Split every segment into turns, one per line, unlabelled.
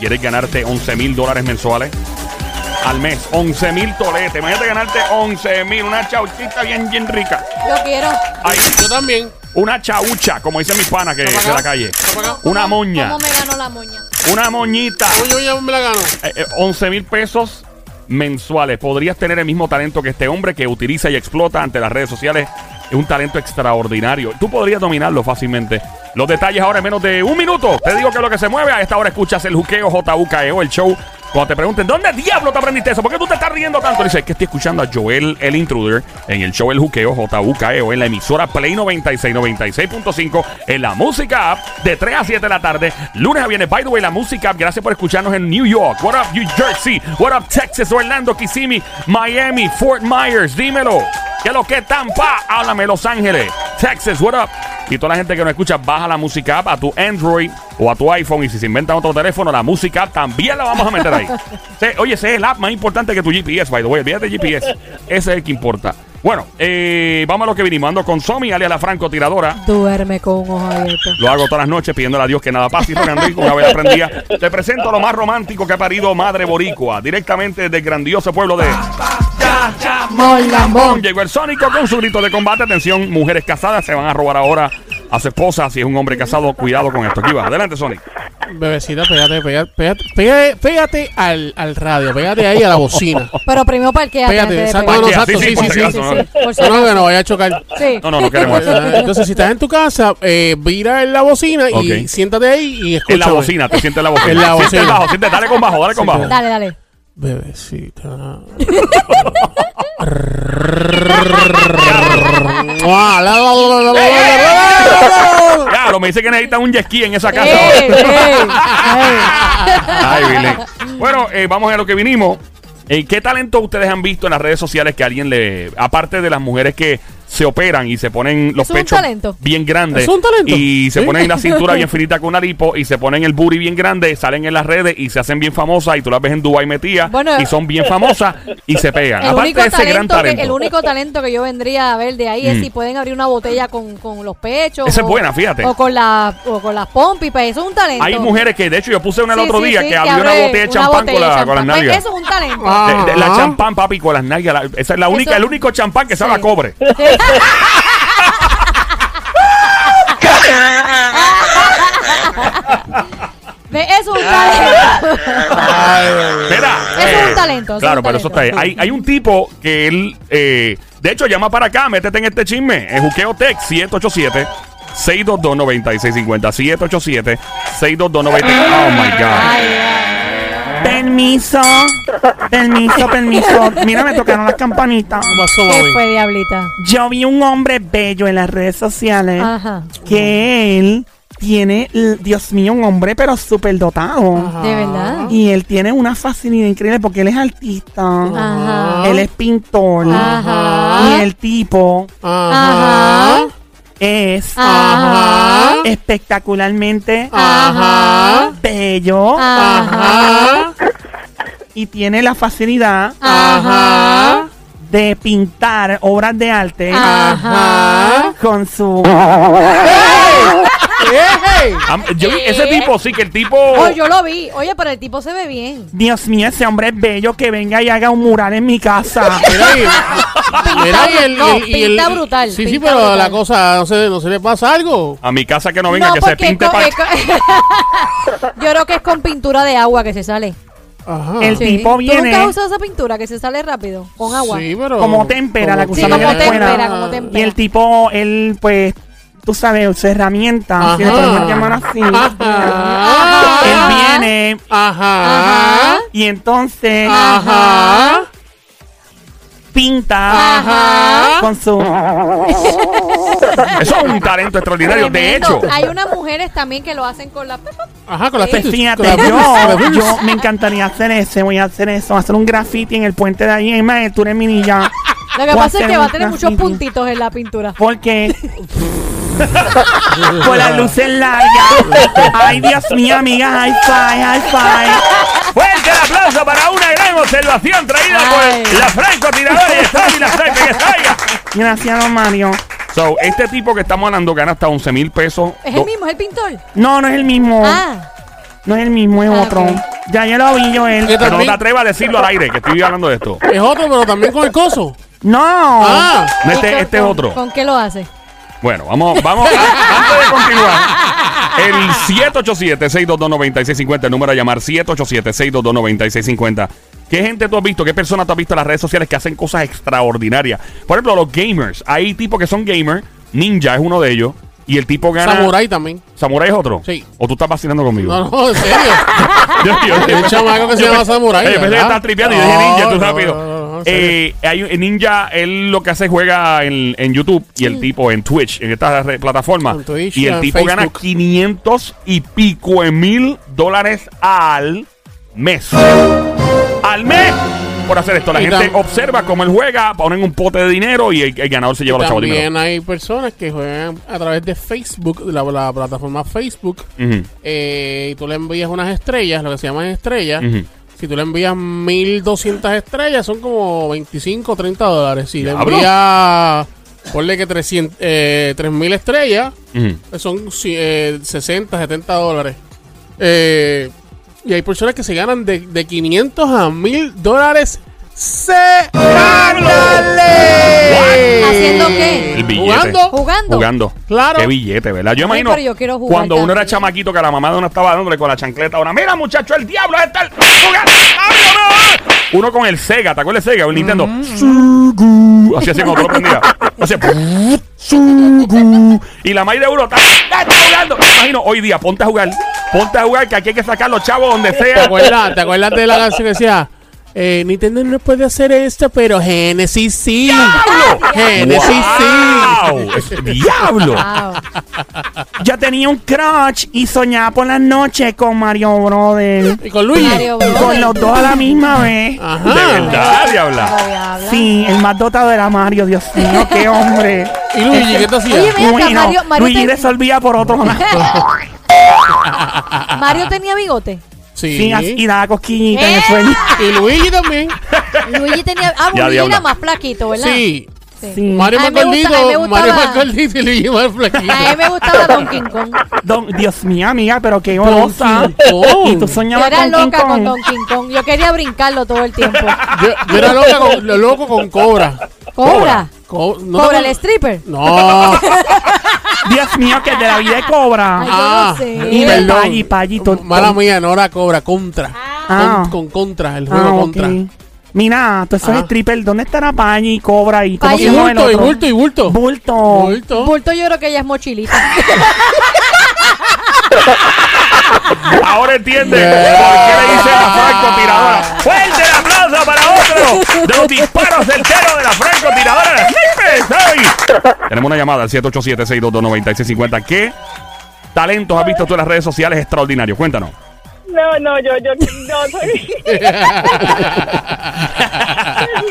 ¿Quieres ganarte 11 mil dólares mensuales? Al mes, 11 mil toletes. Imagínate ganarte 11 mil, una chauchita bien, bien rica.
Yo quiero.
Ay,
Yo también.
una chaucha, como dicen mis panas que
Toma
de
acá.
la calle.
Toma acá.
Una
¿Cómo-
moña,
¿Cómo me ganó la moña?
una moñita.
Uy, uy, ya me la gano.
eh, eh, 11 mil pesos mensuales. Podrías tener el mismo talento que este hombre que utiliza y explota ante las redes sociales. Es un talento extraordinario. Tú podrías dominarlo fácilmente. Los detalles ahora en menos de un minuto. Te digo que lo que se mueve a esta hora escuchas el juqueo JUKEO, E el show. Cuando te pregunten, ¿dónde diablo te aprendiste eso? ¿Por qué tú te estás riendo tanto? Dice, es que estoy escuchando a Joel el Intruder en el show El Juqueo JUKEO E en la emisora Play 96, 96.5 en la música app de 3 a 7 de la tarde, lunes a viernes. By the way, la música app, gracias por escucharnos en New York. What up, New Jersey? What up, Texas, Orlando, Kissimmee, Miami, Fort Myers? Dímelo. ¿Qué es lo que es Tampa? Háblame, Los Ángeles, Texas, what up? Y toda la gente que nos escucha, baja la música app a tu Android o a tu iPhone. Y si se inventan otro teléfono, la música app también la vamos a meter ahí. Sí, Oye, ese es el app más importante que tu GPS, by the way. Olvídate del GPS. Ese es el que importa. Bueno, eh, vamos a lo que vinimos. Ando con Somi, alias la francotiradora.
Duerme con un ojo abierto.
Lo hago todas las noches pidiéndole a Dios que nada pase y rogando y con una vela prendida. Te presento lo más romántico que ha parido Madre Boricua, directamente del grandioso pueblo de... Lambón. Llegó el Sónico con su grito de combate. Atención, mujeres casadas se van a robar ahora a su esposa. Si es un hombre casado, cuidado con esto. Aquí va. Adelante, Sónico.
Bebecita, pégate, pégate, pégate, pégate, pégate al, al radio, pégate ahí a la bocina.
Pero primero parquea.
Pégate,
antes de
exacto,
pegar.
no,
Parquea,
exacto, sí,
por
sí,
si
sí.
acaso, ¿no?
Por si
No, no,
acaso.
que no vaya a chocar.
Sí.
No, no, no queremos eso.
Entonces, si estás en tu casa, eh, vira en la bocina
Ok.
y siéntate ahí y escucha.
En la bocina, te sientes en la bocina.
En la
Siente
bocina.
bajo, siente- dale con bajo, dale con bajo.
Dale, dale.
Bebecita. Ah, la- la- la- la- la- la- la- la-
Claro, me dice que necesita un jet ski en esa casa.
Ey, ey, ey.
Ay, Vilén. Bueno, eh, vamos a lo que vinimos. Eh, ¿Qué talento ustedes han visto en las redes sociales que alguien le... Aparte de las mujeres que se operan y se ponen los
Es un
pechos
talento.
bien grandes.
Es un talento.
Y se
Sí.
ponen la cintura bien finita con una lipo y se ponen el booty bien grande, salen en las redes y se hacen bien famosas y tú las ves en Dubai metidas
Bueno,
y son bien famosas y se pegan.
El
Aparte
único,
de ese gran
talento
talento.
Que, el único talento que yo vendría a ver de ahí es
Mm.
si pueden abrir una botella con, con los pechos.
Esa
o-
es buena, fíjate.
O con, la, o con las pompis, pues eso es un talento.
Hay mujeres que, de hecho, yo puse una el
Sí,
otro
sí,
día
sí,
que abrió una
abre
botella de
una
champán con,
botella
la,
de
con las
champán. Pues,
nalgas.
Eso es un talento.
Ah.
De- de- la
Ajá.
champán, papi, con las nalgas. la- esa es la única,
Eso-
el único champán que sabe a
Sí.
cobre.
Ve, Pues, Eso es un
Ah,
talento.
Mira, eh,
Eso es un talento, eso es
Claro,
un
pero eso está ahí.
talento.
Hay, hay un tipo que él, eh, de hecho, llama para acá, métete en este chisme. En Juqueo Tech 787. 622-9650 787 622-9650 Oh my God
Permiso, permiso, permiso. Mira, me tocaron las campanitas.
¿Qué pasó,
¿Qué
mami?
fue, diablita?
Yo vi un hombre bello en las redes
Eh.
sociales
Ajá.
que él tiene, l- Dios mío, un hombre pero súper dotado.
Ajá.
De verdad.
Y él tiene una facilidad increíble porque él es artista,
Ajá.
él es pintor
Ajá.
y el tipo
Ajá.
Ajá.
es
Ajá.
Ajá.
espectacularmente
Ajá. Ah.
bello
Ajá.
y tiene la facilidad
Ajá.
de pintar obras de arte
Ah. Ajá.
con su
¡Ey!
Am- yo vi Ese tipo, sí, que el tipo
Oh, yo lo vi. Oye, pero el tipo se ve bien.
Dios mío, ese hombre es bello que venga y haga un mural en mi casa.
Mira, y- mira, y el-
no,
y el- y el-
pinta brutal,
Sí, sí,
pinta
pero la
brutal.
cosa, no se, no se le pasa algo.
A mi casa que no venga,
No,
que se
porque
pinte
es con-
para...
es con- Yo creo que es con pintura de agua que se sale.
Ajá.
El tipo
¿Tú
viene
nunca has usado esa pintura que se sale rápido? Con agua.
Sí, pero.
Como témpera, la que
Sí,
usaba
como
en la escuela.
tempera, como tempera.
y el tipo, él, pues, tú sabes, su herramienta, si le
Ajá.
podemos llamar así.
Ajá.
Él viene
Ajá.
Ajá.
y entonces
Ajá.
pinta
Ajá.
con su.
Eso es un talento extraordinario. De hecho,
Tremendo. Hay unas mujeres también que lo hacen con la.
Ajá, con las
Pues
tetas.
Fíjate,
Con las
yo,
boobs.
yo me encantaría hacer ese, voy a hacer eso, hacer un graffiti en el puente de ahí, en Mael, tú eres mi niña.
Lo que
Voy a
pasa es
hacer
que va a
un
tener muchos
graffiti.
puntitos en la pintura.
Porque con las luces largas. Ay, Dios mío, amiga, high five, high five.
Fuerte el aplauso para una gran observación traída
Ay.
por la francotiradora y está y la sniper que está allá.
Gracias, don Mario.
So, este tipo que estamos hablando gana hasta 11 mil pesos.
Es
Do-
el mismo, es el pintor.
No, no es el mismo.
Ah,
No es el mismo, es
Ah,
otro.
ok.
Ya yo lo vi, Joel.
¿Qué
Pero no te
también-
atrevas a decirlo al aire, que estoy hablando de esto.
Es otro, pero también con el coso.
No.
Ah,
No,
¿Y
este,
con-
este es
con-
otro.
¿Con qué lo hace?
Bueno, vamos, vamos, a- antes de continuar. El 787-622-9650, el número a llamar, 787-622-9650. ¿Qué gente tú has visto? ¿Qué personas tú has visto en las redes sociales que hacen cosas extraordinarias? Por ejemplo, los gamers. Hay tipos que son gamers. Ninja es uno de ellos. Y el tipo gana...
Samurai también.
¿Samurai es otro?
Sí.
¿O tú estás vacilando conmigo?
No, no, en serio.
Yo- yo-
Hay un chamaco que se
yo
llama
pe-
Samurai,
Yo pensé que
¿verdad?
estaba Eh, tripeando y yo dije
No,
ninja, tú
no,
rápido.
no, no, no,
Eh, hay un- el ninja, él lo que hace es juega en, en YouTube y el tipo en Twitch, en estas re- plataformas.
En Twitch
y
y
el
en
tipo gana
Facebook.
500 y pico en mil dólares al mes. ¡Al mes! Por hacer esto. La
Y
gente
tam-
observa cómo él juega, ponen un pote de dinero y el, el ganador se lleva los chavos de dinero.
También hay personas que juegan a través de Facebook, de la, la plataforma Facebook,
Ujú.
eh, y tú le envías unas estrellas, lo que se llaman estrellas.
Ujú.
Si tú le envías 1200 estrellas, son como 25 o 30 dólares. Si le
Diablo.
envías, ponle que 300, eh, 3000 estrellas,
Ujú.
pues son ci- eh, 60, 70 dólares. Eh, y hay personas que se ganan de, de 500 a 1000 dólares semanales.
¿Haciendo qué?
El billete.
¿Jugando?
¿Jugando?
Jugando.
Claro.
Qué billete, ¿verdad? Yo imagino
pero yo quiero jugar
cuando uno era
también.
chamaquito que la mamá de uno estaba dándole con la chancleta. Ahora, mira, muchacho, el diablo es tal. Jugando. ¡Ay, no, no, no! Uno con el Sega, ¿te acuerdas del Sega? O El Nintendo. Sugu. Así así cuando tú lo prendías. Hacía puf, sugu. Y la maíz de uno está, está jugando. Me imagino, hoy día, ponte a jugar. Ponte a jugar que aquí hay que sacar los chavos donde
¿Te
sea.
acuerdas, ¿Te acuerdas de la canción que decía? Eh, Nintendo no puede hacer esto, pero Genesis sí.
¡Diablo!
Genesis
¡Wow!
sí.
Es- ¡Diablo!
Wow.
Yo tenía un crush y soñaba por las noches con Mario Brothers.
¿Y con Luigi?
Mario Bros.
Con los dos a la misma vez.
Ah.
De
Ajá.
verdad, diabla.
Sí, el más dotado era Mario, Dios mío, qué hombre.
¿Y Luigi qué te
Oye,
hacía?
mira acá,
Bueno,
Mario, Mario,
Luigi
ten-
resolvía por otro lado.
Mario tenía bigote.
Sí,
Sí.
así, y daba cosquillita en el
¡Eh!
sueño.
Y Luigi también.
Luigi tenía. Ah,
Ya,
Luigi
diabla.
era más flaquito, ¿verdad?
Sí.
Sí.
Mario
A mí me
más
gusta- a mí me
gordito,
gustaba-
Mario más gordito y Luigi más flaquito.
A mí E me gustaba Donkey Kong.
Don- Dios mío, amiga, pero qué golosa.
Donkey Kong.
Y tú
Yo
soñabas
era
con King
loca con
Kong.
Donkey Kong. Yo quería brincarlo todo el tiempo.
Yo, yo era loca con- lo loco con Cobra.
Cobra.
Co- no
Cobra
te-
el stripper.
No.
Dios mío, que de la vida de
Ay,
cobra.
Ah,
yo no sé.
y
Perdón.
perdón.
Paggy, Paggy, to-
Mala mía, no era Cobra, Contra.
Ah.
Con, con Contra, el juego
Ah, ok.
Contra.
Mira, tú esos
Ah.
strippers, ¿dónde estará Pañi y Cobra y cómo
Pañi.
se
Y
llama el
bulto, y
otro?
bulto, y bulto.
Bulto.
Bulto.
Bulto yo creo que ella es mochilita.
Ahora entiende
Yeah.
por qué le dice la francotiradora. Fuerte el aplauso para otro de los disparos del tero de la francotiradora. de Sniper, ¡ay! Tenemos una llamada al 787-622-9650. ¿Qué talentos has visto tú en las redes sociales extraordinarios? Cuéntanos.
No, no, yo, yo, no, soy-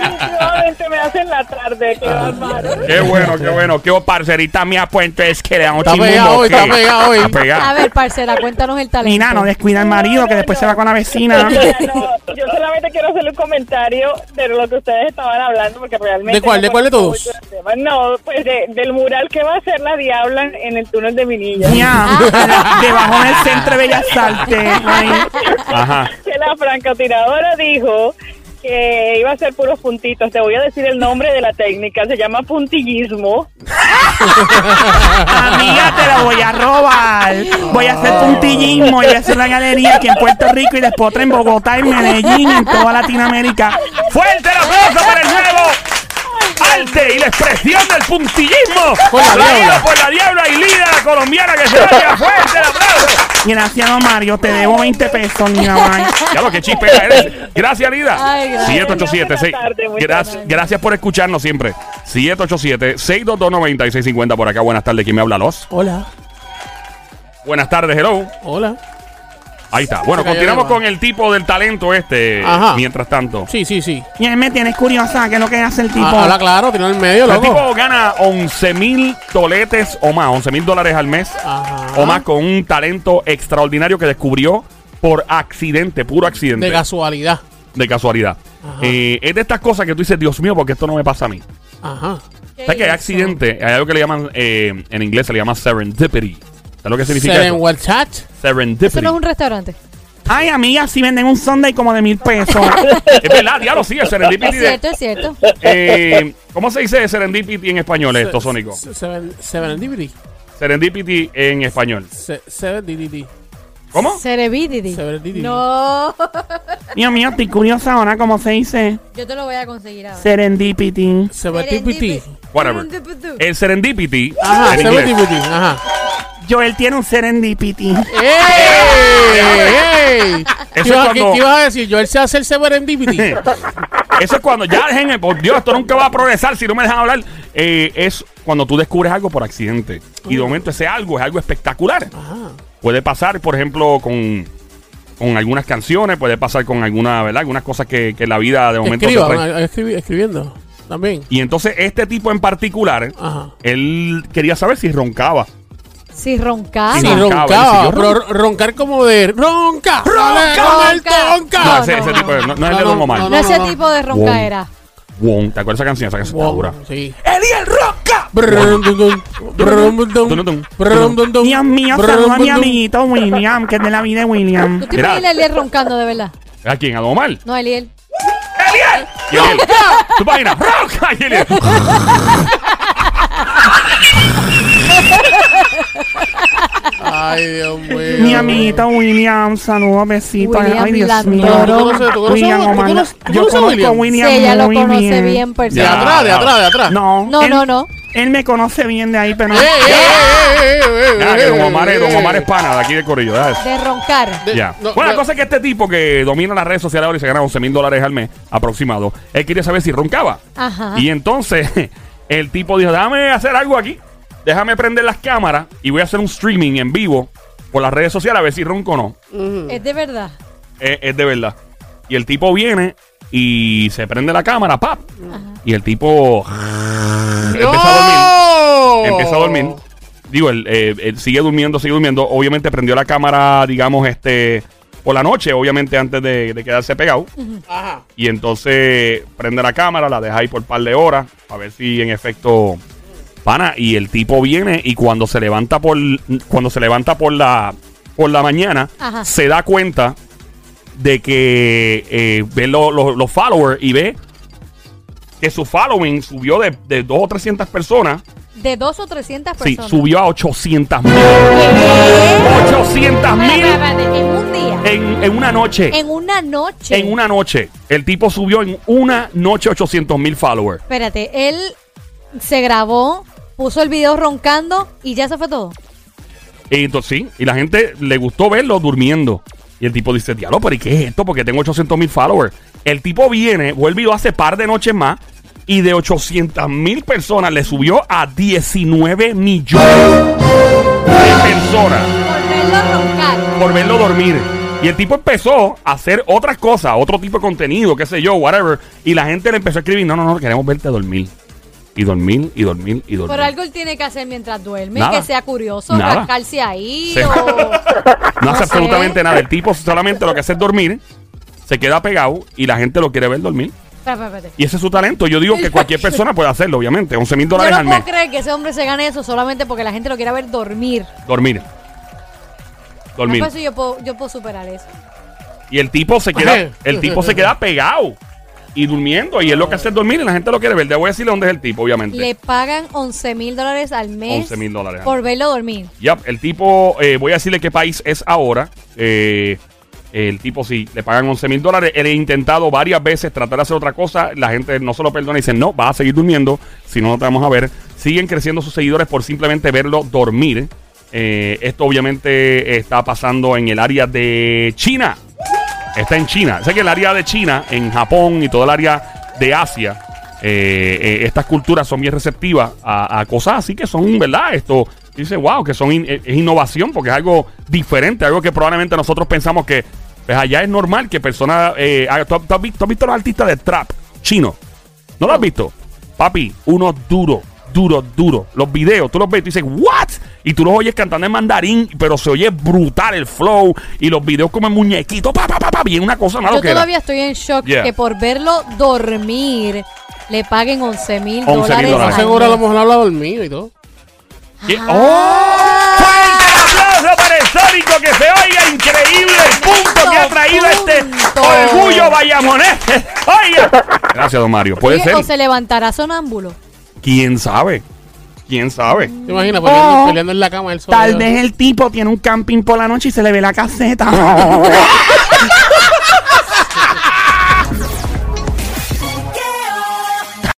definitivamente me hacen la tarde, qué bárbaro.
Qué bueno, qué bueno. Qué parcerita mía, puente es que le dan
Está pegado hoy, está pegado hoy.
Ah.
A ver, parcera, cuéntanos el talento.
Mira, no descuida al marido que después se va con la vecina.
Mira, no, yo solamente quiero hacer un comentario de lo que ustedes estaban hablando, porque realmente...
¿De cuál?
no
¿De cuál de
conozco
todos?
mucho el tema. No, pues de- del mural que va a hacer la diabla en el túnel de Minilla.
Mía, debajo del centro de Bellas Artes. ahí.
Ajá.
Que la francotiradora dijo que iba a ser puros puntitos. Te voy a decir el nombre de la técnica, se llama puntillismo.
Amiga, te la voy a robar. Voy a hacer puntillismo y voy a hacer la galería aquí en Puerto Rico y después otra en Bogotá, en Medellín, en toda Latinoamérica.
Fuerte el aplauso para el nuevo arte y la expresión del puntillismo.
Por la
Traído
diabla.
Por la diabla y líder colombiana que se vaya. Fuerte el aplauso.
Gracias, don Mario. Te debo 20 pesos, mi mamá.
Ya lo que chispera eres. Gracias, Lida.
Ay, gracias.
787 seis-
Buenas tardes, muchas
gracias,
gracias.
gracias por escucharnos siempre. 787-622-9650 por acá. Buenas tardes. ¿Quién me habla? Los.
Hola,
Buenas tardes, hello.
hola.
Ahí está. Bueno,
Se cayó
continuamos
la llamada.
con el tipo del talento este.
Ajá.
Mientras tanto.
Sí, sí, sí.
Y él me tienes curiosa, ¿qué es lo que hace el tipo?
Ah, Habla claro, tiene el medio,
El
loco.
tipo gana 11 mil toletes o más, 11 mil dólares al mes
Ajá.
o más con un talento extraordinario que descubrió por accidente, puro accidente,
De
de,
casualidad.
casualidad. Eh, es de estas cosas que tú dices, Dios mío, porque esto no me pasa a mí.
Ajá.
¿Sabes que hay accidente? Hay algo que le llaman, eh, en inglés se le llama serendipity. ¿Sabes lo que significa?
Seren
eso?
Walchat.
Eso
Serendipity.
no es un restaurante.
Ay, amiga, si venden un Sunday como de mil pesos.
Es verdad, diablo, sí, el Serendipity.
Es
de-
cierto, es cierto.
eh, ¿Cómo se dice Serendipity en español esto, Sónico?
Se- seven- Serendipity.
Serendipity en español.
Se- Serendipity.
¿Cómo?
Cerebididi.
Serendipity.
No.
Dios mío, estoy curiosa ahora cómo se dice.
Yo te lo voy a conseguir ahora.
Serendipity.
Serendipity.
Whatever. Eh. El Serendipity
Ajá,
en inglés.
Serendipity. Ajá.
Joel tiene un serendipity.
¡Ey! ¡Ey! ¿Qué
es
ibas- ¿Qué
cuando-
qué ibas a decir? Yo él se hace el Serendipity.
Eso es cuando ya dejen, por Dios, esto nunca va a progresar si no me dejan hablar. Eh, es cuando tú descubres algo por accidente. Y de momento ese algo es algo espectacular.
Ajá.
Puede pasar, por ejemplo, con, con algunas canciones, puede pasar con alguna, ¿verdad? Algunas cosas que, que la vida de momento
Escriba,
te trae.
ah, escribi- escribiendo. También.
Y entonces este tipo en particular,
Ajá.
él quería saber si roncaba.
Si roncaba.
Sí,
no.
roncaba,
roncaba, él siguió
pero roncar como de ronca, dale, Roberto,
ronca.
ronca.
No,
No,
ese,
no,
ese
no.
tipo, no, no es el de
No,
Don
no,
Omar.
No,
no,
ese
no.
tipo de roncaera.
Wong, ¿te acuerdas esa canción? Esa canción está dura.
Sí.
¡Eliel Roca!
Brum, dum, dum, brum, dum, dum,
Dum, dum,
brum, dum, dum,
Dios mío,
brum,
saluda a mi
dum, dum.
amiguito William, que es de la vida de William.
¿Tú te
Mira.
imaginas a Eliel roncando de verdad?
¿A quién? ¿A Don Omar?
No, Eliel.
¡Eliel! Y Eliel. ¡Tu página! ¡Roca! Y Eliel.
Ay, Dios mío.
Mi amiguito William, saludos, besitos.
William
Ay, Dios
Landon.
mío.
¿Tú
conoces- tú conoces-
William
tú
Omar.
conoces- tú
Yo
conoces a
conozco a
William?
Sí,
William.
ella lo
muy Ah.
conoce bien,
De
Ya.
personal.
atrás, de atrás, de atrás.
No,
No,
él-
no, no.
Él me conoce bien de ahí, pero.
¡Ey, ey, ey, ey, ey,
Ya, que
ey,
Don Omar es,
ey,
Don Omar
ey.
es pana de aquí de Corillo. ya es.
De roncar.
De-
Ya.
no,
bueno, la
no,
cosa es que este tipo que domina las redes sociales ahora y se gana 11 mil dólares al mes aproximado, él quería saber si roncaba.
Ajá.
Y entonces el tipo dijo, déjame hacer algo aquí, déjame prender las cámaras y voy a hacer un streaming en vivo por las redes sociales a ver si ronco o no.
Es de verdad.
Es, es de verdad. Y el tipo viene y se prende la cámara, ¡pap! Y el tipo empieza a dormir.
¡No!
Empieza a dormir. Digo, él, eh, él sigue durmiendo, sigue durmiendo. Obviamente prendió la cámara, digamos, este por la noche, obviamente antes de, de quedarse pegado.
Ajá.
Y entonces prende la cámara, la deja ahí por un par de horas, a ver si en efecto pana. Y el tipo viene y cuando se levanta por cuando se levanta por la por la mañana,
Ajá.
se da cuenta de que eh, ve lo- lo- los followers y ve que su following subió de, de dos o 300 personas
De dos o 300
Sí,
personas.
subió a 800 mil.
¿Qué?
800
Espérate,
mil
espérate, espérate. En un día.
en, en una noche.
En una noche.
En una noche. El tipo subió en una noche 800 mil followers.
Espérate, él se grabó, puso el video roncando y ya se fue todo.
Y entonces sí, y la gente le gustó verlo durmiendo. Y el tipo dice, diablo, pero ¿y qué es esto? Porque tengo 800 mil followers. El tipo viene, vuelve y lo hace par de noches más. Y de 800 mil personas le subió a 19 millones de personas.
Volverlo a roncar.
por verlo dormir. Y el tipo empezó a hacer otras cosas, otro tipo de contenido, qué sé yo, whatever. Y la gente le empezó a escribir, no, no, no, queremos verte dormir. Y dormir, y dormir, y dormir.
Pero algo él tiene que hacer mientras duerme,
Nada.
que sea curioso,
Nada.
rascarse ahí
Sí.
o...
no hace
sé.
absolutamente nada. El tipo solamente lo que hace es dormir, se queda pegado y la gente lo quiere ver dormir.
Espérate, espérate.
Y ese es su talento. Yo digo que cualquier persona puede hacerlo, obviamente. 11 mil
Yo
dólares
no
al mes.
puedo creer que ese hombre se gane eso solamente porque la gente lo quiera ver dormir.
Dormir. Dormir.
Después yo puedo, yo puedo superar eso.
Y el tipo se queda, el tipo se queda pegado y durmiendo. Y él lo que hace es dormir y la gente lo quiere ver. Le voy a decirle dónde es el tipo, obviamente.
Le pagan 11 mil dólares al mes
11 mil dólares al
por verlo dormir.
Yep, el tipo, eh, voy a decirle qué país es ahora. Eh, el tipo, sí, le pagan 11 mil dólares. Él ha intentado varias veces tratar de hacer otra cosa. La gente no se lo perdona y dice, no, vas a seguir durmiendo. Si no, no te vamos a ver. Siguen creciendo sus seguidores por simplemente verlo dormir. Eh, esto obviamente está pasando en el área de China. Está en China. Sé que el área de China, en Japón y todo el área de Asia, eh, eh, estas culturas son bien receptivas a, a cosas así que son, ¿verdad? Esto dice, wow, que son in- eh, es innovación porque es algo diferente, algo que probablemente nosotros pensamos que pues allá es normal que personas... eh, haga- ¿tú, tú has vi- tú has visto a los artistas de trap chino? ¿No lo has visto? Papi, uno duro, duro, duro. Los videos, tú los ves y tú dices, ¿what? Y tú los oyes cantando en mandarín, pero se oye brutal el flow. Y los videos como en muñequito, pa, pa, pa, pa, bien una cosa malo
Yo
que era.
todavía estoy en shock
Ah, Yeah.
que por verlo dormir le paguen 11 mil
11,000
dólares.
dólares.
al
Seguro a lo
mes.
mejor habla dormido y todo.
Ah.
¿Qué? ¡Oh! ¡Fuerte el aplauso para el Sónico que se oye! este ¿eh? Oiga. Gracias, don Mario. Puede
Oye,
ser.
O se levantará sonámbulo.
¿Quién sabe? ¿Quién sabe?
¿Te imaginas peleando,
Oh.
peleando en la cama él solo?
Tal vez el tipo tiene un camping por la noche y se le ve la caseta.